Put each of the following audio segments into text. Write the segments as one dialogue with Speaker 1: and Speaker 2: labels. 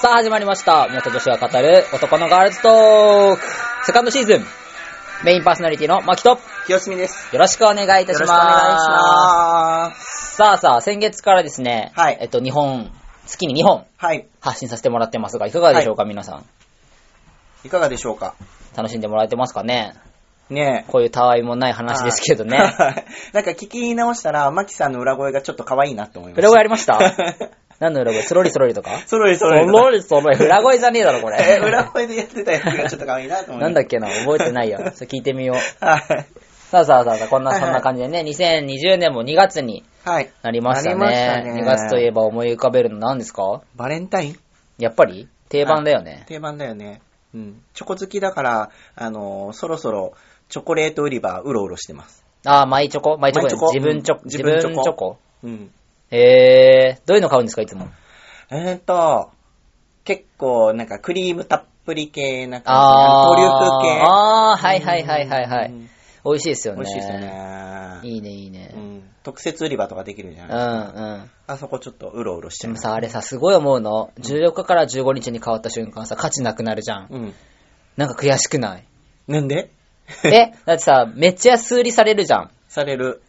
Speaker 1: さあ始まりました。元女子が語る男のガールズトーク。セカンドシーズン、メインパーソナリティのマキと、よ
Speaker 2: 清澄です。
Speaker 1: ろしくお願いいたします。
Speaker 2: よろしくお願いします。
Speaker 1: さあさあ、先月からですね、
Speaker 2: はい
Speaker 1: えっと、日本、月に2本
Speaker 2: はい。
Speaker 1: 発信させてもらってますが、いかがでしょうか、皆さん。
Speaker 2: いかがでしょうか
Speaker 1: 楽しんでもらえてますかね
Speaker 2: ねえ。
Speaker 1: こういうたわいもない話ですけど ね。
Speaker 2: はい。 なんか聞き直したら、マキさんの裏声がちょっと可愛いなって思いまし
Speaker 1: 裏
Speaker 2: た。
Speaker 1: 声ありました
Speaker 2: 声
Speaker 1: 何の裏声そろりそろりとか
Speaker 2: そろり
Speaker 1: そ
Speaker 2: そろり。
Speaker 1: ろりそろり。裏声じゃねえだろ、これ。
Speaker 2: え、裏声でやってたやつがちょっと可愛いなと思いました。
Speaker 1: なんだっけな 覚えてないよ。それ聞いてみよう。
Speaker 2: はい。
Speaker 1: さあさあさあさあ、こんな、
Speaker 2: はい
Speaker 1: そ
Speaker 2: はい
Speaker 1: んな感じでね、2020年も2月に
Speaker 2: はい。
Speaker 1: なりましたね。
Speaker 2: なりましたね
Speaker 1: 2月といえば思い浮かべるの何ですか
Speaker 2: バレンタイン
Speaker 1: やっぱり定番だよね。
Speaker 2: 定番だよね。うん。チョコ好きだから、あのー、そろそろ、チョコレート売り場、うろうろしてます。
Speaker 1: ああ、マイチョコマイチョコ
Speaker 2: マイチョコ
Speaker 1: 自分チョコ、
Speaker 2: うん
Speaker 1: 自
Speaker 2: 自
Speaker 1: 分
Speaker 2: 分
Speaker 1: チ
Speaker 2: チョコ
Speaker 1: ョコ
Speaker 2: うん。
Speaker 1: えー、どういうの買うんですかいつも。
Speaker 2: えーっと、結構、なんか、クリームたっぷり系な感じ。
Speaker 1: あー。
Speaker 2: トリュフ系。
Speaker 1: ああ、はいはいはいはいは
Speaker 2: う
Speaker 1: い
Speaker 2: ん。
Speaker 1: 美味しいですよね。
Speaker 2: 美味しいですよ。ね。
Speaker 1: いいねいいね
Speaker 2: う。ん。特設売り場とかできるじゃ
Speaker 1: うん
Speaker 2: ない
Speaker 1: うん。
Speaker 2: あそこちょっとうろうろしち
Speaker 1: で
Speaker 2: ゃう
Speaker 1: も。さ、あれさ、すごい思うの。14日から15日に変わった瞬間さ、価値なくなるじゃん。
Speaker 2: うん。
Speaker 1: なんか悔しく ない
Speaker 2: なんで
Speaker 1: えだってさ、めっちゃ安売りされるじゃん。
Speaker 2: される、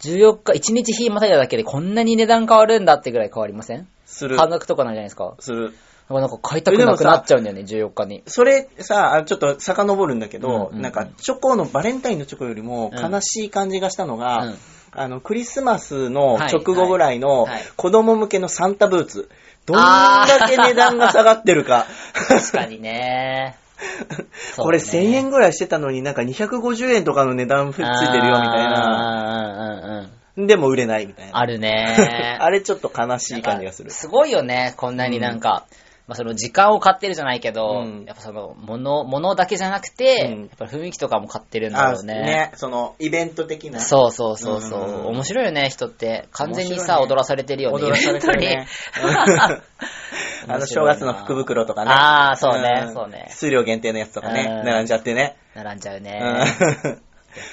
Speaker 1: 14日、1日日またいだだけでこんなに値段変わるんだってぐらい変わりません
Speaker 2: する、
Speaker 1: 半額とかなんじゃないですか。
Speaker 2: する。
Speaker 1: なんか買いたくなくなっちゃうんだよね、14日に。
Speaker 2: それさ、あちょっと遡るんだけ
Speaker 1: うん
Speaker 2: ど、
Speaker 1: うんうん
Speaker 2: なんかチョコの、バレンタインのチョコよりも
Speaker 1: うん
Speaker 2: 悲しい感じがしたの
Speaker 1: う
Speaker 2: が、
Speaker 1: ん。
Speaker 2: あの、クリスマスの
Speaker 1: はい
Speaker 2: 直後ぐらいの
Speaker 1: はいはい
Speaker 2: 子供向けのサンタブーツ。どんだけ値段が下がってるか。
Speaker 1: 確 かに ね。
Speaker 2: これ1000円ぐらいしてたのになんか250円とかの値段ついてるよみたいな。
Speaker 1: な。うんうんうんうん。
Speaker 2: でも売れないみたいな。
Speaker 1: あるね。
Speaker 2: あれちょっと悲しい感じがする。
Speaker 1: すごいよね、こんなになんか。まあその時間を買ってるじゃないけど、
Speaker 2: うん
Speaker 1: やっぱその、もの、ものだけじゃなくて、
Speaker 2: うん
Speaker 1: やっぱ雰囲気とかも買ってるんだ
Speaker 2: あ
Speaker 1: ろうね。
Speaker 2: その、イベント的な。
Speaker 1: そうそうそうそう、
Speaker 2: うんうんうん
Speaker 1: 面白いよね、人って。完全にさ、
Speaker 2: 面白いね
Speaker 1: 踊らされてるよね、
Speaker 2: 踊らされてる
Speaker 1: イベン
Speaker 2: ね。
Speaker 1: トに
Speaker 2: あの、正月の福袋とかね。
Speaker 1: ああ、そうね、
Speaker 2: ん
Speaker 1: そうね。
Speaker 2: 数量限定のやつとかね、
Speaker 1: うん
Speaker 2: 並んじゃってね。
Speaker 1: 並んじゃうね。
Speaker 2: うん
Speaker 1: やっちゃう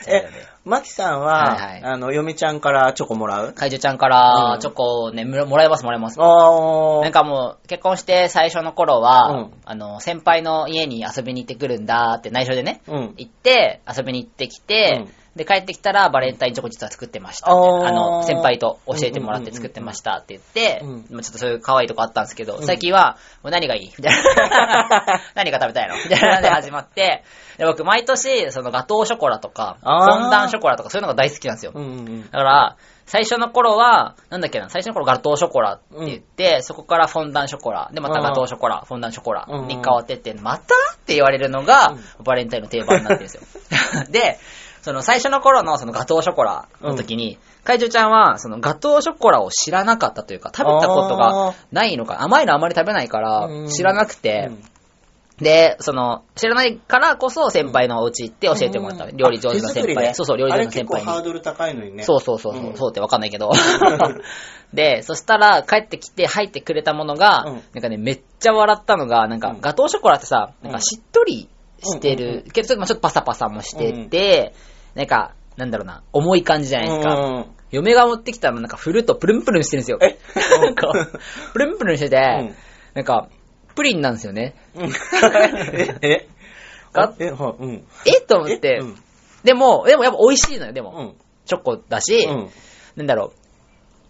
Speaker 2: え
Speaker 1: よね、
Speaker 2: マキさんは、
Speaker 1: はいはい
Speaker 2: あの、嫁ちゃんからチョコもらう
Speaker 1: 怪獣ちゃんから
Speaker 2: うん
Speaker 1: チョコをね、もらもらえます、もらえます。
Speaker 2: あ
Speaker 1: なん
Speaker 2: ー。
Speaker 1: かもう、結婚して最初の頃は、
Speaker 2: うん
Speaker 1: あの、先輩の家に遊びに行ってくるんだって内緒でね、
Speaker 2: うん。
Speaker 1: 行って、遊びに行ってきて、
Speaker 2: うん
Speaker 1: で、帰ってきたら、バレンタインチョコ実は作ってました。あ
Speaker 2: あー
Speaker 1: の、先輩と教えてもらって作ってましたって言って、
Speaker 2: うんうんうんうん
Speaker 1: まあちょっとそういう可愛いとこあったんですけど、
Speaker 2: うん
Speaker 1: 最近は、もう何がいいみたい な。何が食べたいのみたいなので始まって、で僕、毎年、その、ガトーショコラとか、フ
Speaker 2: あー
Speaker 1: ォンダンショコラとか、そういうのが大好きなんですよ。
Speaker 2: うんうんうん
Speaker 1: だから、最初の頃は、なんだっけな、最初の頃ガトーショコラって言って、そこからフォンダンショコラ、でまたガトーショコラ、フォンダンショコラに変わってって、またって言われるのが、バレンタインの定番になってるんですよ。 で、その最初の頃のそのガトーショコラの時に、怪獣ちゃんはそのガトーショコラを知らなかったというか、食べたことがないのか、甘いのあまり食べないから、知らなくて、
Speaker 2: うん
Speaker 1: で、その、知らないからこそ先輩のお家行って教えてもらった。
Speaker 2: うん
Speaker 1: 料理上手の先
Speaker 2: 手作り
Speaker 1: 輩。
Speaker 2: で
Speaker 1: そうそう、料理上手の先輩
Speaker 2: あれ
Speaker 1: に
Speaker 2: 結構。ハードル高いのにね。
Speaker 1: そうそうそうそう、
Speaker 2: うん
Speaker 1: そうってわかんないけ ど。で、そしたら帰ってきて入ってくれたものが、
Speaker 2: うん
Speaker 1: なんかね、めっちゃ笑ったのが、なんか
Speaker 2: う、ん
Speaker 1: ガトーショコラってさ、
Speaker 2: うん
Speaker 1: なんかしっとりして
Speaker 2: うんうんう
Speaker 1: る、けどちょっとまあちょっとパサパサもしてて、なんか、なんだろうな、重い感じじゃないですか。
Speaker 2: うんうん
Speaker 1: 嫁が持ってきたのなんか振るとプルンプルンしてるんですよ。
Speaker 2: え
Speaker 1: なんか、プルンプルンしてて、
Speaker 2: うん
Speaker 1: なんか、プリンなんですよね。
Speaker 2: うん え、え、
Speaker 1: が
Speaker 2: え、は、うん。
Speaker 1: えっと思って、
Speaker 2: えうん
Speaker 1: でも、でもやっぱ美味しいのよ、でも。
Speaker 2: うん。
Speaker 1: チョコだし、
Speaker 2: うん
Speaker 1: なんだろう。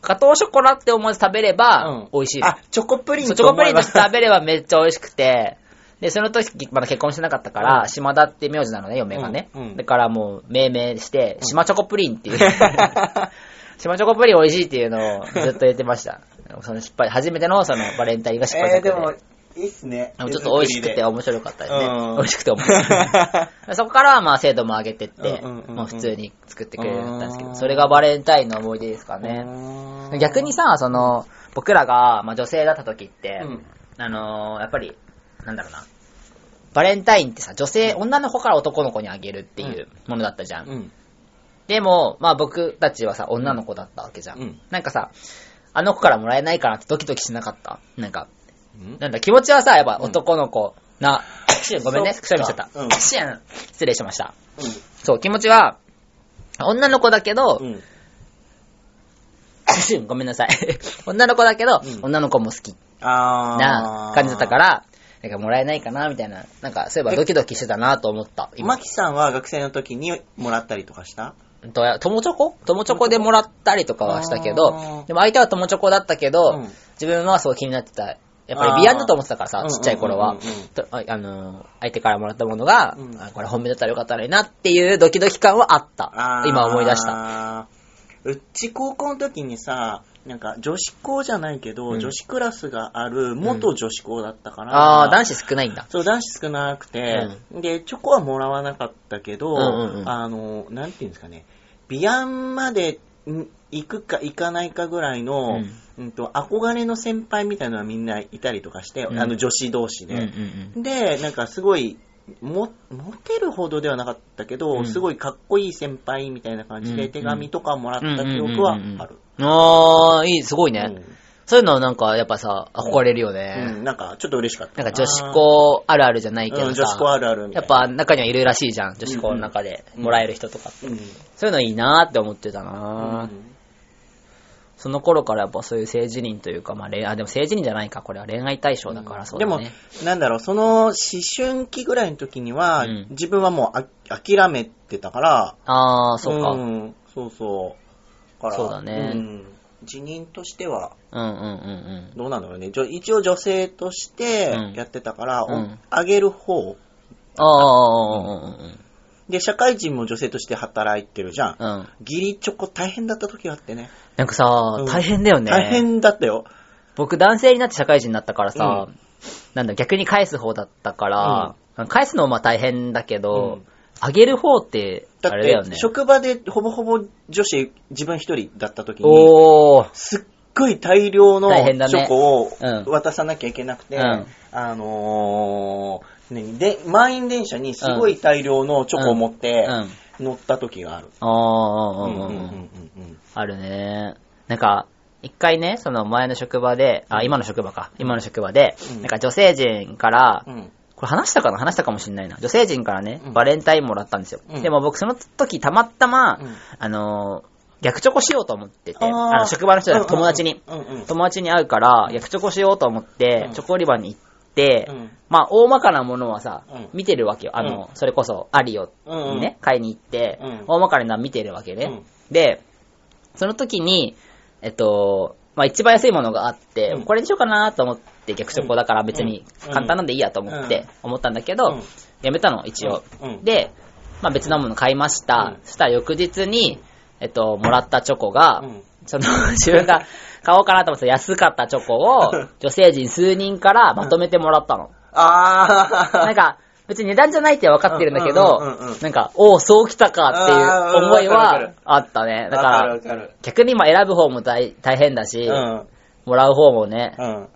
Speaker 1: ガトーショコラって思わず食べれば、美味しい。
Speaker 2: あ、チョコプリン
Speaker 1: そうチョコプリンとして食
Speaker 2: べ
Speaker 1: べればめっちゃ美味しくて、で、その時、まだ結婚してなかったから、島田って名字なのね、嫁がね。
Speaker 2: うんうん
Speaker 1: だからもう、命名して、島チョコプリン っていう。島チョコプリン美味しいっていうのをずっと言ってました。その失敗、初めてのそのバレンタインが失敗だ
Speaker 2: えー、
Speaker 1: った
Speaker 2: で
Speaker 1: ので
Speaker 2: も、いいっすね。
Speaker 1: でもちょっと美味しくて
Speaker 2: 手作
Speaker 1: 面白かったですね。
Speaker 2: うん
Speaker 1: 美味しくて面白かった。そこからはまあ精度も上げてって、
Speaker 2: うんうんうんうん
Speaker 1: もう普通に作ってくれるようになったんですけ
Speaker 2: う
Speaker 1: ど、
Speaker 2: ん
Speaker 1: それがバレンタインの思い出ですか
Speaker 2: りで
Speaker 1: ね。
Speaker 2: うーん
Speaker 1: 逆にさ、その、僕らが、まあ、女性だった時って、
Speaker 2: うん
Speaker 1: あのーやっぱり、なんだろうな。バレンタインってさ、女性、女の子から男の子にあげるっていうものだったじゃん。
Speaker 2: うん。
Speaker 1: でも、まあ僕たちはさ、女の子だったわけじゃん。
Speaker 2: うん
Speaker 1: なんかさ、あの子からもらえないかなってドキドキしなかった。なんか、
Speaker 2: うん
Speaker 1: なんだ、気持ちはさ、やっぱ男の子な、ごめんね、
Speaker 2: そっか
Speaker 1: くしゃみしちゃった。
Speaker 2: うん
Speaker 1: 失礼しました。そう、気持ちは、女の子だけど、
Speaker 2: うん。
Speaker 1: ごめんなさい。女の子だけど、
Speaker 2: うん
Speaker 1: 女の子も好きっ
Speaker 2: あー
Speaker 1: な感じだったから、なんかもらえないかなみたいな、なんかそういえばドキドキしてたなと思った。
Speaker 2: マキさんは学生の時にもらったりとかした
Speaker 1: と友チョコ友チョコでもらったりとかはしたけ
Speaker 2: あ
Speaker 1: ど
Speaker 2: ー、
Speaker 1: でも相手は友チョコだったけど、
Speaker 2: うん
Speaker 1: 自分はそう気になってた。やっぱり美
Speaker 2: あ
Speaker 1: 案
Speaker 2: ー
Speaker 1: だと思ってたからさ
Speaker 2: う、ん
Speaker 1: ちっちゃい頃は
Speaker 2: うんうんうんうん。
Speaker 1: とああのー、相手からもらったものが、
Speaker 2: うん
Speaker 1: あこれ本命だったらよかったのになっていうドキドキ感はあった
Speaker 2: あ。ー
Speaker 1: 今思い出した。
Speaker 2: うち高校の時にさ、なんか女子校じゃないけど、
Speaker 1: うん
Speaker 2: 女子クラスがある元女子校だったから、
Speaker 1: あー、男子少ないんだ。
Speaker 2: そう、男子少なくて、で、チョコはもらわなかったけ
Speaker 1: う
Speaker 2: ど、
Speaker 1: んうんうん
Speaker 2: あの、なんていうんですかね、ビアンまでん行くか行かないかぐらいの、うんと、憧れの先輩みたいなのはみんないたりとかして、
Speaker 1: うん
Speaker 2: あの女子同士
Speaker 1: うんうん
Speaker 2: で。
Speaker 1: うん
Speaker 2: で、なんかすごい、も、モテるほどではなかったけど、
Speaker 1: うん
Speaker 2: すごいかっこいい先輩みたいな感じ
Speaker 1: うんう
Speaker 2: で
Speaker 1: ん
Speaker 2: 手紙とかもらった記憶はある。
Speaker 1: あー、いい、すごいね。
Speaker 2: うん
Speaker 1: そういうのなんかやっぱさ、憧れるよね。
Speaker 2: うんなんかちょっと嬉しかった。
Speaker 1: なんか女子校あるあるじゃないけ
Speaker 2: う
Speaker 1: ど
Speaker 2: ん
Speaker 1: さ、
Speaker 2: 女子校あるあるみた
Speaker 1: や
Speaker 2: い
Speaker 1: っ
Speaker 2: な。
Speaker 1: ぱ中にはいるらしいじゃん、女子校の中で
Speaker 2: うん
Speaker 1: もらえる人とか。
Speaker 2: うん、うん
Speaker 1: そういうのいいなーって思ってたなー、その頃からやっぱそういう性自認というか、まあ恋愛、あでも性自認じゃないか、これは恋愛対象だからそうだね。
Speaker 2: でも、なんだろう、その思春期ぐらいの時には、
Speaker 1: うん
Speaker 2: 自分はもうあ諦めてたから、
Speaker 1: あー、そうか。うん
Speaker 2: んそうそう。から
Speaker 1: そうだね
Speaker 2: ん辞任としては、
Speaker 1: うんうん
Speaker 2: どうなんだろうね。じょ一応女性として
Speaker 1: うん
Speaker 2: やってたから、
Speaker 1: うん
Speaker 2: おあげる方。
Speaker 1: あーあー、うん
Speaker 2: で、社会人も女性として働いてるじゃん。
Speaker 1: うんうん。
Speaker 2: 義理チョコ大変だった時があってね。
Speaker 1: なんかさ
Speaker 2: う、ん
Speaker 1: 大変だよね。
Speaker 2: 大変だったよ。
Speaker 1: 僕男性になって社会人になったからさ、
Speaker 2: う
Speaker 1: なんだ逆に返す方だったから、返すのもまあ大変だけ
Speaker 2: う
Speaker 1: ど
Speaker 2: ん、
Speaker 1: あ、げる方って、
Speaker 2: だ
Speaker 1: あれだよ
Speaker 2: っ
Speaker 1: ね
Speaker 2: て、。職場でほぼほぼ女子自分一人だった時に、
Speaker 1: おー。
Speaker 2: すっごい大量の
Speaker 1: 大変だね
Speaker 2: チョコを
Speaker 1: うん
Speaker 2: 渡さなきゃいけなくて、
Speaker 1: うん
Speaker 2: あのー、何で、満員電車にすごい大量のチョコを持っ
Speaker 1: う
Speaker 2: て
Speaker 1: ん。
Speaker 2: 乗った時がある。
Speaker 1: ああ、
Speaker 2: う
Speaker 1: うんん
Speaker 2: う
Speaker 1: うんんう
Speaker 2: う
Speaker 1: ん。
Speaker 2: うんん
Speaker 1: あるね。なんか、一回ね、その前の職場で、あ、今の職場か。今の職場で、
Speaker 2: うん
Speaker 1: なんか女性陣から、
Speaker 2: うんうん
Speaker 1: これ話したかな話したかもしれないな。女性陣からね
Speaker 2: うん、
Speaker 1: バレンタインもらったんですよ。
Speaker 2: うん
Speaker 1: でも僕その時たまたま、
Speaker 2: うん
Speaker 1: あのー、逆チョコしようと思ってて、
Speaker 2: あー
Speaker 1: あの職場の人じゃなくて友達に。
Speaker 2: うんうん
Speaker 1: 友達に会うから、逆チョコしようと思って、
Speaker 2: うん
Speaker 1: チョコ売り場に行って、
Speaker 2: うん
Speaker 1: まあ、大まかなものはさ、
Speaker 2: うん
Speaker 1: 見てるわけよ。あの、それこそ、アリオ
Speaker 2: うん
Speaker 1: にね、買いに行って、
Speaker 2: うん
Speaker 1: 大まかなのは見てるわけね。
Speaker 2: うん
Speaker 1: で、その時に、えっと、まあ、一番安いものがあって、
Speaker 2: うん
Speaker 1: これにしようかなと思って、逆チョコだから別に
Speaker 2: うん
Speaker 1: 簡単なんでいいやと思って、思ったんだけど、
Speaker 2: うん
Speaker 1: やめたの、一応。
Speaker 2: うんうん
Speaker 1: で、まあ、別のもの買いました。
Speaker 2: うん
Speaker 1: そしたら翌日に、えっと、もらったチョコが、
Speaker 2: うん
Speaker 1: その、自分が買おうかなと思ってた安かったチョコ を、女性陣数人からまとめてもらったの。
Speaker 2: あー
Speaker 1: なんか、別に値段じゃないって分かってるんだけ
Speaker 2: うんうんうんう
Speaker 1: ど
Speaker 2: ん、
Speaker 1: なんか、おお、そうきたかって
Speaker 2: あー
Speaker 1: いう思い
Speaker 2: わかるわか
Speaker 1: は
Speaker 2: る
Speaker 1: あったね。だか
Speaker 2: わ
Speaker 1: ら、
Speaker 2: かる
Speaker 1: 逆に今選ぶ方も大大変だし、
Speaker 2: わか
Speaker 1: もらう方もね、
Speaker 2: る。うん。うん。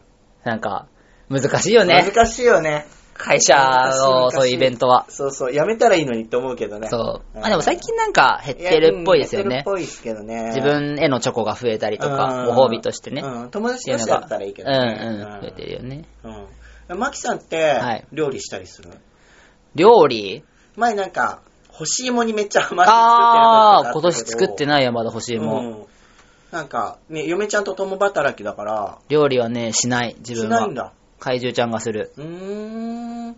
Speaker 1: なんか、難しいよね。
Speaker 2: 難しいよね。
Speaker 1: 会社のそういうイベントは。
Speaker 2: そうそう、やめたらいいのにって思うけどね。
Speaker 1: そう。
Speaker 2: ん
Speaker 1: まあでも最近なんか減ってるっぽいですよ
Speaker 2: や
Speaker 1: ね
Speaker 2: って。るっぽいですけどね。
Speaker 1: 自分へのチョコが増えたりとか、
Speaker 2: うん
Speaker 1: ご褒美としてね。っ
Speaker 2: うん、友達
Speaker 1: ていう
Speaker 2: とし
Speaker 1: のが、
Speaker 2: てだった
Speaker 1: うん
Speaker 2: らいいけどね。
Speaker 1: うん、増えてるよね。
Speaker 2: うん。マキさんっ
Speaker 1: は
Speaker 2: て
Speaker 1: い、
Speaker 2: 料理したりする、
Speaker 1: 料理
Speaker 2: 前なんか、干し芋にめっちゃハマって
Speaker 1: ああー、今年作って
Speaker 2: な
Speaker 1: ない山田欲しいもん。
Speaker 2: うん。なんか、ね、嫁ちゃんと共働きだから、
Speaker 1: 料理はね、しない、自
Speaker 2: し
Speaker 1: 分
Speaker 2: ないん
Speaker 1: は。
Speaker 2: だ。
Speaker 1: 怪獣ちゃんがする。
Speaker 2: うーん。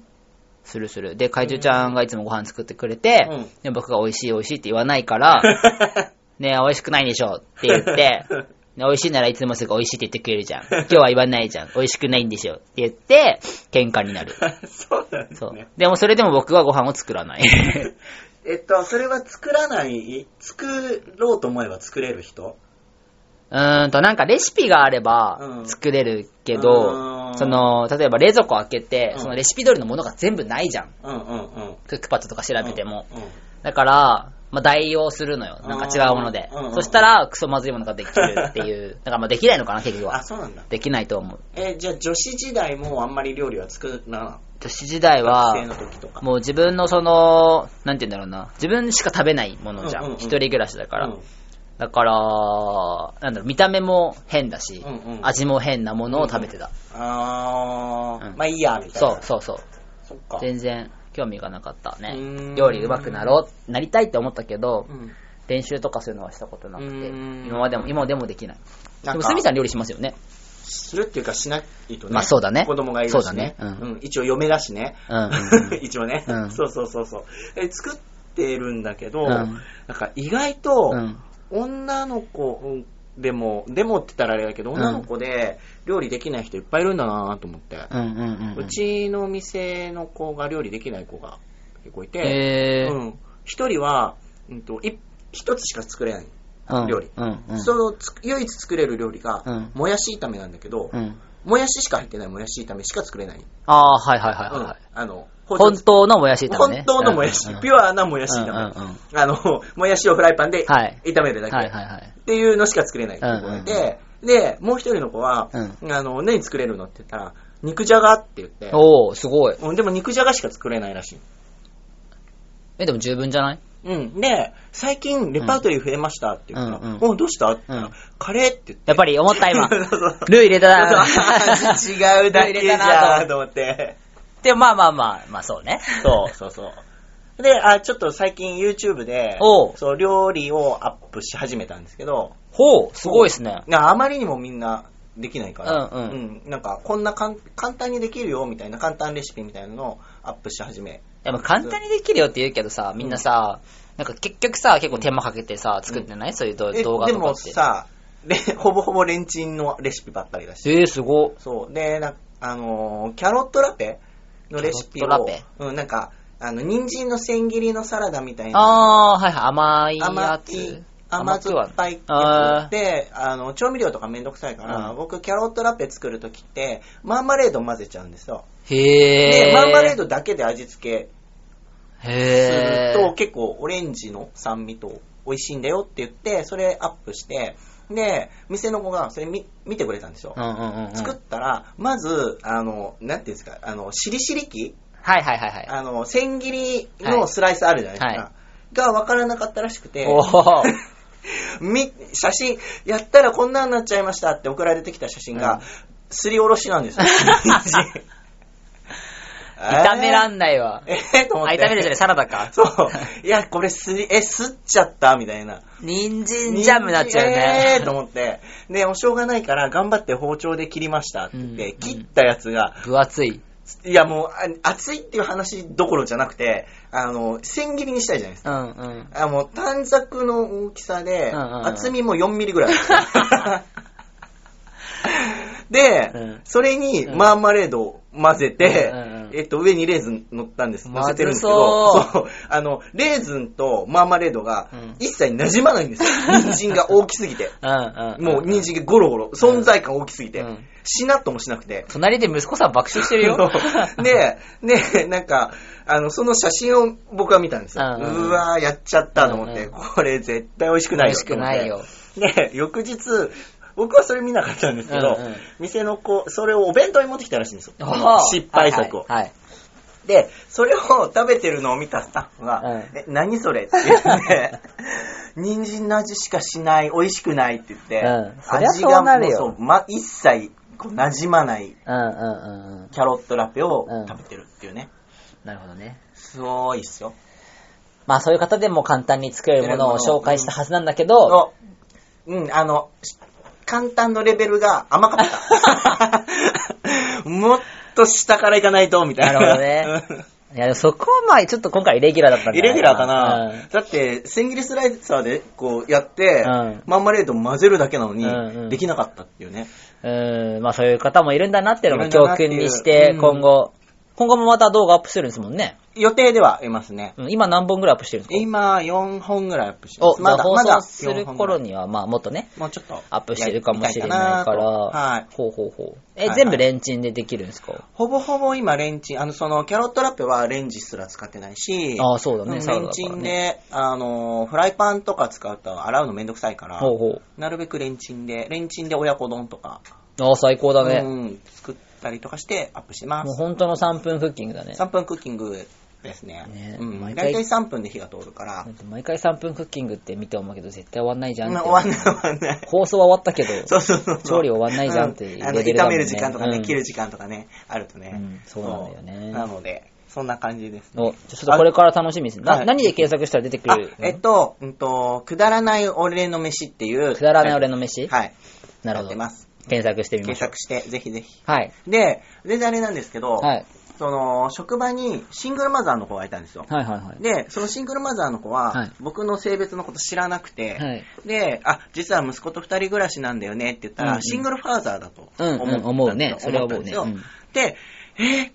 Speaker 1: するする。で、怪獣ちゃんがいつもご飯作ってくれて、
Speaker 2: うん
Speaker 1: で僕が美味しい美味しいって言わない から、ね美味しくないでしょって言って、ね美味しいならいつもすぐ美味しいって言ってくれるじゃん。今日は言わないじゃん。美味しくないんでしょって言って、喧嘩にな る。
Speaker 2: そうなんです
Speaker 1: そう
Speaker 2: ね。。
Speaker 1: でもそれでも僕はご飯を作ら ない。
Speaker 2: えっと、それは作らない、作ろうと思えば作れる人
Speaker 1: うーんと、なんかレシピがあれば
Speaker 2: うん
Speaker 1: 作れるけ
Speaker 2: う
Speaker 1: ど、
Speaker 2: ん
Speaker 1: その、例えば冷蔵庫開けて
Speaker 2: う、ん
Speaker 1: そのレシピ通りのものが全部ないじゃん。
Speaker 2: うんうんうん。
Speaker 1: クックパッドとか調べても。
Speaker 2: うん。うん
Speaker 1: だから、まあ、代用するのよ。なんか違うもので
Speaker 2: うんうんうん。
Speaker 1: そしたら、クソまずいものができるっていう。 だからまあできないのかな、結局
Speaker 2: あ、
Speaker 1: は。
Speaker 2: そうなんだ。
Speaker 1: できないと思う。
Speaker 2: えーじゃあ女子時代もあんまり料理は作らな
Speaker 1: 女子時代
Speaker 2: 学生の
Speaker 1: は、
Speaker 2: 時とか。
Speaker 1: もう自分のその、なんて言うんだろうな。自分しか食べないものじゃ
Speaker 2: うんうん
Speaker 1: ん。
Speaker 2: うん
Speaker 1: 一人暮らしだから
Speaker 2: うん。
Speaker 1: だから、なんだろう、見た目も変だし
Speaker 2: うんう、ん
Speaker 1: 味も変なものを食べてた。
Speaker 2: あー、
Speaker 1: うん
Speaker 2: まあいいや、みたい
Speaker 1: そ
Speaker 2: な。
Speaker 1: うそうそう。
Speaker 2: そっか。
Speaker 1: 全然興味がなかった
Speaker 2: うー
Speaker 1: ね
Speaker 2: ん。
Speaker 1: 料理上手くなろう、なりたいって思ったけど、
Speaker 2: うん
Speaker 1: 練習とかそういうのはしたことなく
Speaker 2: う
Speaker 1: て、
Speaker 2: ーん
Speaker 1: 今までも、今でもできない。
Speaker 2: な
Speaker 1: で
Speaker 2: ん
Speaker 1: も、
Speaker 2: か
Speaker 1: すみちゃん料理しますよね。
Speaker 2: するっていうかしないとね。
Speaker 1: まあそうだね
Speaker 2: 子供がいるし
Speaker 1: そ
Speaker 2: ね。
Speaker 1: うだねう
Speaker 2: うんん。一応嫁だしね。
Speaker 1: うんうんうん
Speaker 2: 一応ね、
Speaker 1: うん
Speaker 2: そうそうそうそう。え作ってるんだけど、
Speaker 1: うん
Speaker 2: なんか意外と、
Speaker 1: うん
Speaker 2: 女の子うんでも、でもって言ったらあれだけど、
Speaker 1: うん
Speaker 2: 女の子で料理できない人いっぱいいるんだなと思って、
Speaker 1: うんうんうん
Speaker 2: う
Speaker 1: うん。
Speaker 2: ちの店の子が料理できない子が結構いて、
Speaker 1: え
Speaker 2: う
Speaker 1: ー
Speaker 2: ん、一人は、うんと、い一つしか作れない。
Speaker 1: うん
Speaker 2: 料理
Speaker 1: うんうん。
Speaker 2: そのつ唯一作れる料理が、
Speaker 1: うん
Speaker 2: もやし炒めなんだけど、
Speaker 1: うん。
Speaker 2: もやししか入ってないもやし炒めしか作れない。
Speaker 1: ああー、はいはいはいはいはい。
Speaker 2: うんあの、包
Speaker 1: 本
Speaker 2: 丁
Speaker 1: 当のもやし炒めね。
Speaker 2: 本当のもやし、
Speaker 1: うんうんうん
Speaker 2: ピュアなもやし炒め、
Speaker 1: うんうんうん
Speaker 2: あの、もやしをフライパンで
Speaker 1: はい
Speaker 2: 炒めるだけ。
Speaker 1: はいはいはい。
Speaker 2: っていうのしか作れないっていう子がいて、で、もう一人の子は、あの、何作れるのって言ったら、肉じゃがって言って、
Speaker 1: おおすごい。
Speaker 2: うんでも肉じゃがしか作れないらしい。
Speaker 1: え、でも十分じゃない
Speaker 2: うん。で、最近レパートリー増えましたって言ったら、
Speaker 1: うんうん
Speaker 2: おどうしたって言ったら、
Speaker 1: うん
Speaker 2: カレーって言って。
Speaker 1: やっぱり思った今。
Speaker 2: そうそう
Speaker 1: ルー入れたな。
Speaker 2: 違うだけじゃんと思って。
Speaker 1: でもまあまあまあ、まあ そうね。
Speaker 2: そうそうそう。で、あ、ちょっと最近 YouTube で
Speaker 1: お、う
Speaker 2: そう、料理をアップし始めたんですけど、
Speaker 1: ほう、すごいですね。
Speaker 2: なあまりにもみんなできないから、
Speaker 1: うんうん
Speaker 2: なんか、こんなかん簡単にできるよみたいな、簡単レシピみたいなのをアップし始め。
Speaker 1: でも簡単にできるよって言うけどさ、みんなさ、なんか結局さ、結構手間かけてさ、作ってないそういう動
Speaker 2: え
Speaker 1: 動画
Speaker 2: で
Speaker 1: とか
Speaker 2: も
Speaker 1: って。
Speaker 2: さ、れほぼほぼレンチンのレシピばっかりだし。
Speaker 1: えー、すごっ。
Speaker 2: そう。で、なあのーキャロットラペのレシピ
Speaker 1: キャロッ
Speaker 2: を
Speaker 1: トラ、
Speaker 2: うん、なんか、あの、人参の千切りのサラダみたいな。
Speaker 1: あー、はいはい、甘いや
Speaker 2: 甘
Speaker 1: つ
Speaker 2: い。甘
Speaker 1: く
Speaker 2: 酸
Speaker 1: は
Speaker 2: っぱい
Speaker 1: あー
Speaker 2: であの調味料とかめんどくさいから、
Speaker 1: うん
Speaker 2: 僕キャロットラペ作るときってマーマレード混ぜちゃうんですよ、
Speaker 1: へ
Speaker 2: で
Speaker 1: ー。
Speaker 2: マーマレードだけで味付けす
Speaker 1: へ
Speaker 2: る
Speaker 1: ー。
Speaker 2: と結構オレンジの酸味と美味しいんだよって言ってそれアップしてで店の子がそれ見見てくれたんですよ、
Speaker 1: うんうんうんうん。
Speaker 2: 作ったらまずあのなんていうんですかあのしりしり器
Speaker 1: はいはいはいはい。
Speaker 2: あの千切りのスライスあるじゃないですか、
Speaker 1: はいは
Speaker 2: が分からなかったらしくて
Speaker 1: おー。
Speaker 2: み、写真、やったらこんなんなっちゃいましたって送られてきた写真
Speaker 1: うん
Speaker 2: が、すりおろしな んですよ。
Speaker 1: 炒めら
Speaker 2: ん。
Speaker 1: んないわ。
Speaker 2: えー、と
Speaker 1: あ、
Speaker 2: 思って。
Speaker 1: 炒めるじゃない、サラダか。
Speaker 2: そう。いや、これすり、え、すっちゃったみたいな。
Speaker 1: 人参ジャムになっちゃう
Speaker 2: えーと
Speaker 1: ね。
Speaker 2: 思って。で、もうしょうがないから、頑張って包丁で切りましたって言って、
Speaker 1: うん
Speaker 2: 切ったやつが、
Speaker 1: 分厚い。
Speaker 2: いやもう、あ熱いっていう話どころじゃなくて、あの、千切りにしたいじゃないですか
Speaker 1: うんうん。
Speaker 2: あもう短冊の大きさで、
Speaker 1: うんうんうん
Speaker 2: 厚みも4ミリぐらいあ る。で、
Speaker 1: うん
Speaker 2: それに
Speaker 1: うん
Speaker 2: マーマレードを混ぜて、
Speaker 1: うんうんうん
Speaker 2: えっと、上にレーズン乗ったんです。乗
Speaker 1: まずそう
Speaker 2: せてるんですけど、そうあの、レーズンとマーマレードが
Speaker 1: うん
Speaker 2: 一切馴染まないんです よ。人参が大きすぎて。
Speaker 1: うんうん。
Speaker 2: もう人参がゴロゴロ、存在感大きすぎて、
Speaker 1: うん
Speaker 2: しなっともしなくて。
Speaker 1: 隣で息子さん爆笑してるよ。
Speaker 2: で、 ね、なんか、あの、その写真を僕は見たんですよ。
Speaker 1: うんうんうん
Speaker 2: うわー、やっちゃったと思って、
Speaker 1: うんう
Speaker 2: これ絶対美味しくないよ。
Speaker 1: 美味
Speaker 2: で、翌日、僕はそれ見なかったんですけど、
Speaker 1: うんうん
Speaker 2: 店の子、それをお弁当に持ってきたらしいんですよ。
Speaker 1: お
Speaker 2: この
Speaker 1: ー
Speaker 2: 失敗作を、
Speaker 1: はいはい
Speaker 2: で、それを食べてるのを見たスタッフが、
Speaker 1: うん
Speaker 2: え、何それって言 って、人参の味しかしない、美味しくないって言って、
Speaker 1: うんそりゃ
Speaker 2: 味
Speaker 1: そう
Speaker 2: が
Speaker 1: なるよ
Speaker 2: もうそうま、一切こう馴染まない
Speaker 1: はい。うんうんうんうん。
Speaker 2: キャロットラペを
Speaker 1: うん
Speaker 2: 食べてるっていうね。
Speaker 1: なるほどね。
Speaker 2: すごいっすよ。
Speaker 1: まあそういう方でも簡単に作れるものを紹介したはずなんだけど、
Speaker 2: のうん、あの、し簡単のレベルが甘かった。 もっと下からいかないと、みたい
Speaker 1: な
Speaker 2: な。
Speaker 1: るほどねいやでもそこはまあちょっと今回イレギュラーだったん じ
Speaker 2: イ
Speaker 1: ゃ
Speaker 2: レ
Speaker 1: な
Speaker 2: ギ
Speaker 1: い
Speaker 2: ュラーかな、だって、千切りスライサーでこうやって、
Speaker 1: うん
Speaker 2: マンマレード混ぜるだけなのに、
Speaker 1: うんうん
Speaker 2: できなかったっていうね。
Speaker 1: うん。うんまあそういう方もいるんだなっていうのが
Speaker 2: いるんだ
Speaker 1: 教
Speaker 2: なってい
Speaker 1: 訓
Speaker 2: う
Speaker 1: にして
Speaker 2: う、ん
Speaker 1: 今後、今後もまた動画アップするんですもんね。
Speaker 2: 予定ではいますね。
Speaker 1: うん今何本ぐらいアップしてるんですか
Speaker 2: 今、4本ぐらいアップしてます。
Speaker 1: お、まだ
Speaker 2: まだ、
Speaker 1: 放
Speaker 2: まだ
Speaker 1: 送する頃にはまあもっとね、
Speaker 2: もうちょっと。
Speaker 1: アップしてるかもしれないから。
Speaker 2: やりたいかなとはい。
Speaker 1: ほうほうほう。
Speaker 2: はい
Speaker 1: え、
Speaker 2: はい
Speaker 1: 全部レンチンでできるんですか
Speaker 2: ほぼほぼ今レンチン、あの、その、キャロットラッペはレンジすら使ってないし、
Speaker 1: ああ、そうだね、
Speaker 2: うん
Speaker 1: サラダ
Speaker 2: レ
Speaker 1: だ
Speaker 2: ン
Speaker 1: か
Speaker 2: チ
Speaker 1: ら
Speaker 2: ン
Speaker 1: ね。
Speaker 2: で、あの、フライパンとか使うと洗うのめんどくさいから、
Speaker 1: ほうほ
Speaker 2: なるべくレンチンで、レンチンで親子丼とか、
Speaker 1: う。ああ、最高だね。
Speaker 2: うん、作ったりとかしてアップしてま
Speaker 1: もう
Speaker 2: す。
Speaker 1: 本当の3分クッキングだね。
Speaker 2: 3分クッキングですね。
Speaker 1: ね
Speaker 2: うん、
Speaker 1: 毎
Speaker 2: 大
Speaker 1: 回
Speaker 2: 体3分で火が通るから
Speaker 1: だっ、て毎回3分クッキングって見て思うけど、絶対終わんないじゃんっ
Speaker 2: ま
Speaker 1: て。
Speaker 2: あ終わんない終わんない。
Speaker 1: 放送は終わったけ ど、
Speaker 2: そうそうそうそう。
Speaker 1: 調理終わんないじゃんっていう
Speaker 2: うんあの、
Speaker 1: レベルだ
Speaker 2: 炒
Speaker 1: もんね
Speaker 2: める時間とかね、
Speaker 1: うん
Speaker 2: 切る時間とかね、あるとね。
Speaker 1: うんそうなんだよね
Speaker 2: なので、そんな感じですね。
Speaker 1: お、じゃあちょっとこれから楽しみですね。な
Speaker 2: はい
Speaker 1: 何で検索したら出てく
Speaker 2: あ
Speaker 1: る、
Speaker 2: えっと、うんと、くだらない俺の飯っていう。
Speaker 1: くだらない俺の飯
Speaker 2: はい。
Speaker 1: なるほ
Speaker 2: やっ
Speaker 1: ど
Speaker 2: て。ます。
Speaker 1: 検索してみま
Speaker 2: 検
Speaker 1: しょう。
Speaker 2: 索して、ぜひぜひ。
Speaker 1: はい。
Speaker 2: で、全然あれなんですけど、
Speaker 1: はい。
Speaker 2: その、職場にシングルマザーの子がいたんですよ。
Speaker 1: はいはいはい。
Speaker 2: で、そのシングルマザーの子は、
Speaker 1: はい
Speaker 2: 僕の性別のこと知らなくて、
Speaker 1: はい。
Speaker 2: で、あ、実は息子と二人暮らしなんだよねって言ったら、
Speaker 1: うんうん
Speaker 2: シングルファーザーだと
Speaker 1: うん、
Speaker 2: 思
Speaker 1: うん、
Speaker 2: った
Speaker 1: 思うね。それは
Speaker 2: 思
Speaker 1: 思
Speaker 2: った
Speaker 1: うん
Speaker 2: で
Speaker 1: ね。
Speaker 2: すよ。
Speaker 1: うん
Speaker 2: で、えー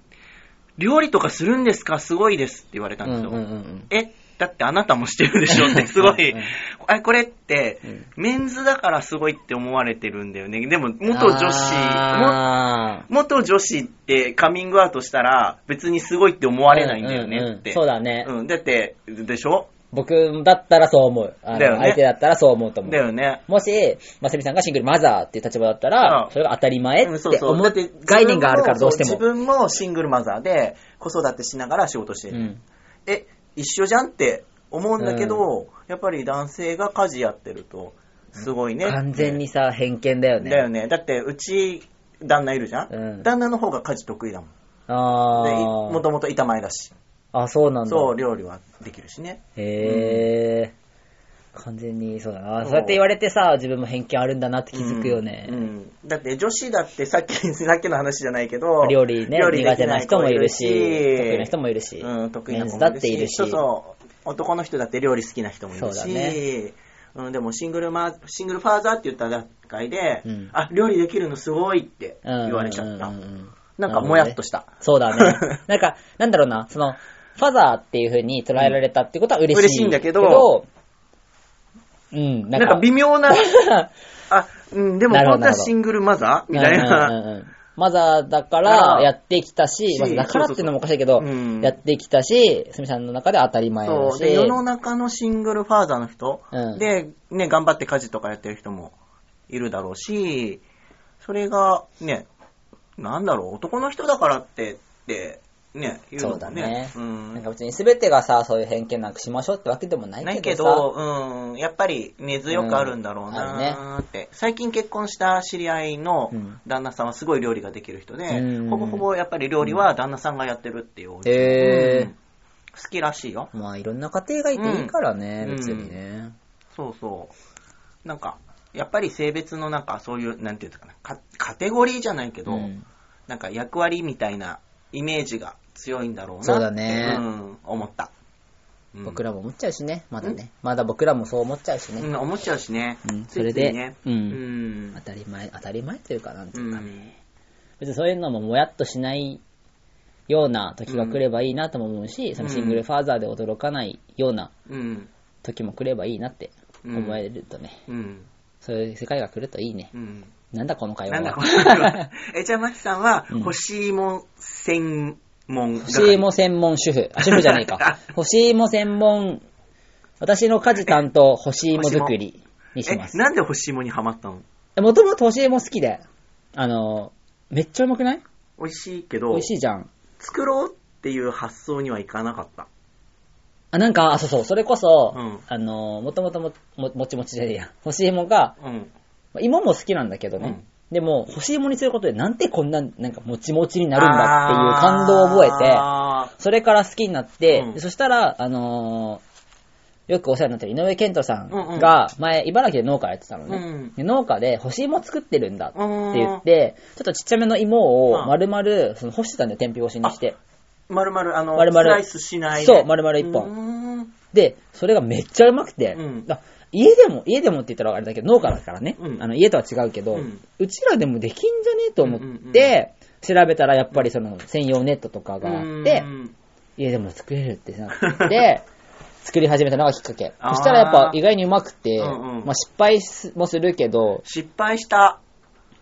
Speaker 2: 料理とかするんですかすごいですって言われたんですよ。
Speaker 1: うんうんうん
Speaker 2: え、だってあなたもしてるでしょって、すごい
Speaker 1: うんうん。
Speaker 2: あれ、これって、
Speaker 1: うん
Speaker 2: メンズだからすごいって思われてるんだよね。でも、元女子、も
Speaker 1: あー
Speaker 2: 元女子ってカミングアウトしたら、別にすごいって思われないんだよ
Speaker 1: うんうんう
Speaker 2: ね
Speaker 1: ん
Speaker 2: って。
Speaker 1: そうだね。
Speaker 2: うん、だって、でしょ
Speaker 1: 僕だったらそう思う。あの
Speaker 2: だよね
Speaker 1: 相手だったらそう思うと思
Speaker 2: だ
Speaker 1: う。
Speaker 2: よね。
Speaker 1: もし、まさみさんがシングルマザーっていう立場だったら
Speaker 2: う、ん
Speaker 1: それが当たり前って
Speaker 2: うん
Speaker 1: 思
Speaker 2: そうそう。だ
Speaker 1: う
Speaker 2: って自分も
Speaker 1: 概念があるからどうして
Speaker 2: そ
Speaker 1: も。
Speaker 2: 自分もシングルマザーで、子育てしながら仕事してる。
Speaker 1: うん
Speaker 2: え、一緒じゃんって思うんだけど、やっぱり男性が家事やってると、すごいね。
Speaker 1: 完全にさ、偏見だよね。
Speaker 2: だよね。だって、うち、旦那いるじゃん、
Speaker 1: うん
Speaker 2: 旦那の方が家事得意だもん。で
Speaker 1: あ
Speaker 2: も
Speaker 1: ー。
Speaker 2: ともと板前だし。
Speaker 1: あ、そうなんだ。
Speaker 2: そう、料理はできるしね。
Speaker 1: へえ、完全にそうだな。
Speaker 2: そう
Speaker 1: そうやって言われてさ、自分も偏見あるんだなって気づくよね。
Speaker 2: うん。うんだって、女子だってさっき、 さっきの話じゃないけど、
Speaker 1: 料理ね
Speaker 2: で
Speaker 1: 苦
Speaker 2: き
Speaker 1: 手な人もいるし、
Speaker 2: 子
Speaker 1: 得意な人もいるし、
Speaker 2: うん、得意
Speaker 1: メ
Speaker 2: な
Speaker 1: ンズ
Speaker 2: 子も
Speaker 1: だ
Speaker 2: い
Speaker 1: っ
Speaker 2: る
Speaker 1: ているし、
Speaker 2: そうそう。男の人だって料理好きな人もいる
Speaker 1: そうだ
Speaker 2: し、
Speaker 1: ね
Speaker 2: うん、でもシングルマシングルファーザーって言った段階で、
Speaker 1: うん
Speaker 2: あ、料理できるのすごいって
Speaker 1: うん
Speaker 2: 言われちゃった。
Speaker 1: うんうんうん
Speaker 2: なんかもやっとした。
Speaker 1: そうだ ね。なんか、なんだろうな、その、ファザーっていう風に捉えられたってことは嬉しい。
Speaker 2: 嬉しいんだけど、
Speaker 1: うん、
Speaker 2: なんか微妙な、 あ、うん、でも
Speaker 1: なるほど
Speaker 2: 本当はシングルマザーみたい
Speaker 1: うんうん
Speaker 2: な。
Speaker 1: うんうんマザーだからやってきたし、
Speaker 2: し
Speaker 1: まあだからっていうのもおかしいけど
Speaker 2: そうそうそうう、ん
Speaker 1: やってきたし、すみさんの中で当たり前だ
Speaker 2: そう。
Speaker 1: し。
Speaker 2: で、世の中のシングルファーザーの人、
Speaker 1: うん
Speaker 2: で、ね、頑張って家事とかやってる人もいるだろうし、それが、ね、なんだろう、男の人だからって、って、ね、言うの
Speaker 1: そう
Speaker 2: も
Speaker 1: だ
Speaker 2: ね
Speaker 1: ね。。
Speaker 2: ん
Speaker 1: なんか別に全てがさ、そういう偏見なくしましょうってわけでもな
Speaker 2: ないい
Speaker 1: け
Speaker 2: け
Speaker 1: どさ。
Speaker 2: ど、うん、やっぱり根強くあるんだろうなーって、最近結婚した知り合いの
Speaker 1: うん
Speaker 2: 旦那さんはすごい料理ができる人で、
Speaker 1: うん
Speaker 2: ほぼほぼやっぱり料理は旦那さんがやってるっていうお家、
Speaker 1: へー
Speaker 2: うん好きらしいよ。
Speaker 1: まあいろんな家庭がいていいからね、
Speaker 2: うん
Speaker 1: 別にね。
Speaker 2: そうそう。なんか、やっぱり性別のなんかそういう、なんていうんですかね、カカテゴリーじゃないけど、
Speaker 1: うん
Speaker 2: なんか役割みたいなイメージが強いんだろうなって。
Speaker 1: そうだね
Speaker 2: うん、思った。うん
Speaker 1: 僕らも思っちゃうしね、まだね。まだ僕らもそう思っちゃうし
Speaker 2: う
Speaker 1: ね。
Speaker 2: ん、思っちゃうしね。
Speaker 1: うん
Speaker 2: ついついね、
Speaker 1: それでうん
Speaker 2: うん
Speaker 1: 当たり前、当たり前というかなんて
Speaker 2: う
Speaker 1: いうんかね。別にそういうのももやっとしないような時が来ればいいなとも思うし、そのシングルファーザーで驚かないような
Speaker 2: うん。
Speaker 1: 時も来ればいいなって
Speaker 2: うん
Speaker 1: 思えるとね、
Speaker 2: うん。
Speaker 1: そういう世界が来るといいね。
Speaker 2: うん。
Speaker 1: なんだこの会
Speaker 2: な
Speaker 1: 話
Speaker 2: んだ
Speaker 1: は
Speaker 2: こ。れ え、じゃあ、マキさんは、
Speaker 1: うん
Speaker 2: 欲しいもん専門
Speaker 1: 欲しいも専門主 婦。あ、主婦じゃないか。欲しいも専門、私の家事担当、欲しいも作りにしま
Speaker 2: え、
Speaker 1: す。
Speaker 2: なんで欲しいもにハマったの
Speaker 1: もともと欲しいも好きで、あの、めっちゃうまくない
Speaker 2: 美味しいけ
Speaker 1: 美
Speaker 2: ど
Speaker 1: 味、しいじゃん。
Speaker 2: 作ろうっていう発想にはいかなかった。
Speaker 1: あ、なんか、あ、そうそう、それこそ、
Speaker 2: うん
Speaker 1: あの、もともとも、も、もちもちじゃねえや。欲しいもが、
Speaker 2: うん。
Speaker 1: まあ芋も好きなんだけどね。
Speaker 2: うん
Speaker 1: でも、欲しいもにすることで、なんてこんな、なんか、もちもちになるんだっていう感動を覚え
Speaker 2: あ
Speaker 1: て、それから好きになって、
Speaker 2: うん
Speaker 1: でそしたら、あのーよくお世話になってる井上健人さ
Speaker 2: うんうん
Speaker 1: んが、前、茨城で農家やってたのね。
Speaker 2: うん
Speaker 1: で農家で、干し芋作ってるんだって言
Speaker 2: ー
Speaker 1: っ。て、ちょっとちっちゃめの芋
Speaker 2: う
Speaker 1: を
Speaker 2: ん
Speaker 1: 丸々、その干してたんだよ、天日干しにして。
Speaker 2: まるまる、あの、
Speaker 1: 丸々
Speaker 2: スライスしないで。
Speaker 1: そう丸々一
Speaker 2: 本。
Speaker 1: で、それがめっちゃうまくて、
Speaker 2: うん
Speaker 1: あ家でも、家でもって言ったらあれだけど、農家だからね、
Speaker 2: うん
Speaker 1: あの家とは違うけど、
Speaker 2: う
Speaker 1: うんちらでもできんじゃねえと思って、
Speaker 2: うんうんうん
Speaker 1: 調べたらやっぱりその専用ネットとかがあって、
Speaker 2: うん
Speaker 1: 家でも作れるってなって、作り始めたのがきっかけ。
Speaker 2: あー
Speaker 1: そしたらやっぱ意外にうまくて、
Speaker 2: うんうん
Speaker 1: まあ、失敗すもするけど、
Speaker 2: 失敗した。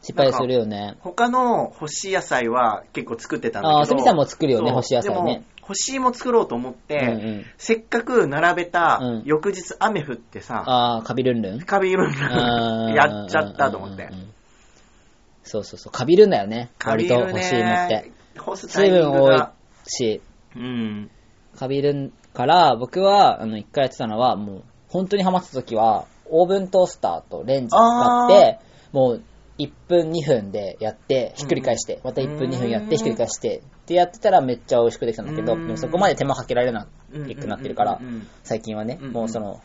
Speaker 1: 失敗するよね。
Speaker 2: 他の干し野菜は結構作ってたんだけど。
Speaker 1: あー鷲見さんも作るよね
Speaker 2: そう
Speaker 1: 干し野菜ね。
Speaker 2: でも干し芋作ろうと思って、
Speaker 1: うんうん
Speaker 2: せっかく並べた
Speaker 1: うん
Speaker 2: 翌日雨降ってさ、
Speaker 1: ああ、カビルン ルン。
Speaker 2: カビルン
Speaker 1: あ
Speaker 2: が
Speaker 1: ー
Speaker 2: やっちゃったと思って
Speaker 1: うんうん。うんそうそうそう、カビるんだよね。
Speaker 2: カビ
Speaker 1: 割
Speaker 2: ル
Speaker 1: と欲
Speaker 2: ね
Speaker 1: しいもって。。
Speaker 2: 干すタイ
Speaker 1: 水
Speaker 2: ミン
Speaker 1: 分
Speaker 2: グ
Speaker 1: 多い
Speaker 2: が。
Speaker 1: し、
Speaker 2: うん。
Speaker 1: カビるから、僕は、あの、一回やってたのは、もう、本当にハマってた時は、オーブントースターとレンジ使って、もう、1分2分でやって、ひっくり返して、また1分2分やっ
Speaker 2: うん
Speaker 1: て、ひっくり返して、ってやってたらめっちゃ美味しくできたんだけど、
Speaker 2: うん
Speaker 1: でもそこまで手間かけられな
Speaker 2: うん
Speaker 1: くなってるから
Speaker 2: うんうんうんうん、
Speaker 1: 最近はね
Speaker 2: うんう、ん
Speaker 1: もうその、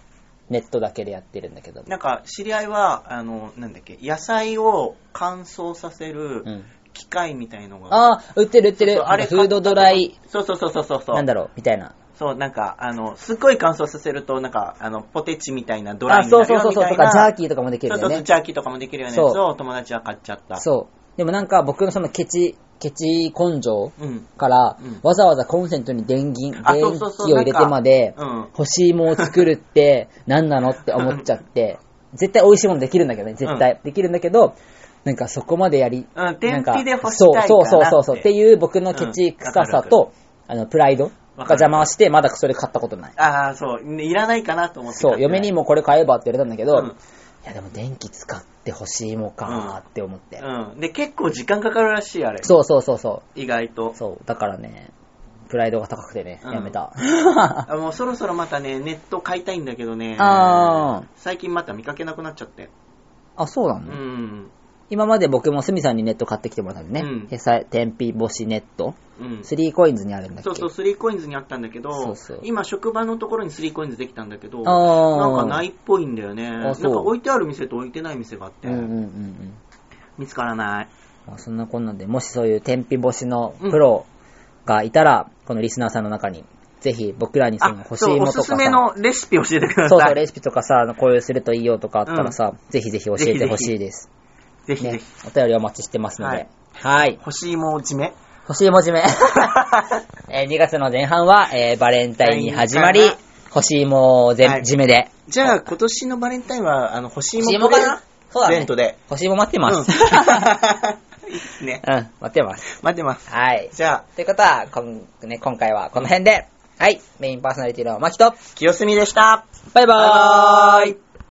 Speaker 1: ネットだけでやってるんだけども。
Speaker 2: なんか、知り合いは、あの、なんだっけ、野菜を乾燥させる
Speaker 1: うん。
Speaker 2: 機械みたいのが、
Speaker 1: ああ、売ってる売って
Speaker 2: そう
Speaker 1: る。
Speaker 2: そうあれ
Speaker 1: フードドライ、
Speaker 2: そうそうそうそうそうそう。
Speaker 1: なんだろう、みたいな。
Speaker 2: そう、なんか、あの、すっごい乾燥させると、なんか、あの、ポテチみたいなドライ
Speaker 1: あ、
Speaker 2: になるよ
Speaker 1: そう
Speaker 2: み
Speaker 1: そ
Speaker 2: たいうな。
Speaker 1: そうそう。とか、ジャー
Speaker 2: キ
Speaker 1: キーとかもできる
Speaker 2: そ
Speaker 1: よ
Speaker 2: うそうそう、
Speaker 1: ね。
Speaker 2: ジャーキーとかもできるようなやつを友達は買っちゃった。
Speaker 1: そう。でもなんか、僕のそのケチ、ケチ根性
Speaker 2: う。うん。
Speaker 1: から
Speaker 2: うん、
Speaker 1: わざわざコンセントに電源、
Speaker 2: あ
Speaker 1: 電
Speaker 2: そうそうそう
Speaker 1: 気を入れてまで
Speaker 2: う、ん。
Speaker 1: 干し芋を作るって 何なのって思っちゃって、絶対美味しいものできるんだけどね、絶対。できるんだけど、なんかそこまでやり、
Speaker 2: うん、
Speaker 1: な
Speaker 2: 天
Speaker 1: んか
Speaker 2: 日で干したいから
Speaker 1: そうそうそうそうそう。って
Speaker 2: う。
Speaker 1: いう僕のケチ臭さ
Speaker 2: うんわ
Speaker 1: と、あの、プライドが邪魔して、まだそれ買ったことない。
Speaker 2: ああ、そう、ねいらないかなと思って買
Speaker 1: そ
Speaker 2: っ
Speaker 1: う、
Speaker 2: てな
Speaker 1: 嫁
Speaker 2: い
Speaker 1: にもこれ買えばって言われたんだけど、
Speaker 2: うん
Speaker 1: いやでも電気使ってほしいもんかーって思って。
Speaker 2: うん。で、結構時間かかるらしい、あれ。
Speaker 1: そうそうそうそ
Speaker 2: 意外と
Speaker 1: う。。そう、だからね、プライドが高くてね、やめ た。
Speaker 2: あもうそろそろまたね、ネット買いたいんだけどね。
Speaker 1: あー
Speaker 2: 最近また見かけなくなっちゃって。
Speaker 1: あ、そうな
Speaker 2: う
Speaker 1: の、
Speaker 2: ん。
Speaker 1: 今まで僕もスミさんにネット買ってきてもらったんでね。
Speaker 2: うん
Speaker 1: 野菜天日干しネット。
Speaker 2: うん。
Speaker 1: スリーコインズにあるんだっけ
Speaker 2: そうそう、スリーコインズにあったんだけど、
Speaker 1: そうそう
Speaker 2: 今職場のところにスリーコインズできたんだけど、
Speaker 1: あ
Speaker 2: なんか
Speaker 1: ー
Speaker 2: ないっぽいんだよね。なん
Speaker 1: あそう
Speaker 2: か置いてある店と置いてない店があって、
Speaker 1: うんうんうんうん。
Speaker 2: 見つからない。
Speaker 1: まあ、そんなこんなんで、もしそういう天日干しのプロがいたら、このリスナーさんの中に、ぜひ僕らにその
Speaker 2: あ、
Speaker 1: 欲し
Speaker 2: そ、
Speaker 1: いう
Speaker 2: お
Speaker 1: もと
Speaker 2: す
Speaker 1: か
Speaker 2: す
Speaker 1: さ、
Speaker 2: めのレシピ教えてください。
Speaker 1: そうそう、レシピとかさ、こういうするといいよとかあったらさ、ぜひぜひ教えてほしいです。
Speaker 2: ぜひぜ
Speaker 1: ね
Speaker 2: ひ。、
Speaker 1: お便りお待ちしてますので。はい。
Speaker 2: 欲しいもん締め。
Speaker 1: 欲しいもじめ。 えー2月の前半は、えーバレンタインに始まり
Speaker 2: バレンタイン、
Speaker 1: 欲しいもぜ、
Speaker 2: はい
Speaker 1: じめで。
Speaker 2: じゃあ、今年のバレンタインは、あの、欲しい
Speaker 1: 欲しいも
Speaker 2: もんプレ
Speaker 1: かなそうだ
Speaker 2: ゼ
Speaker 1: ね
Speaker 2: ン。トで。
Speaker 1: 欲しいも待ってます。
Speaker 2: うん いいっすね。
Speaker 1: うん、待ってます。
Speaker 2: 待ってます。
Speaker 1: はい。
Speaker 2: じゃあ、
Speaker 1: ということは、こんね、今回はこの辺で、はい、メインパーソナリティのマキと、
Speaker 2: 清澄でした。
Speaker 1: バイバーイ
Speaker 2: イ。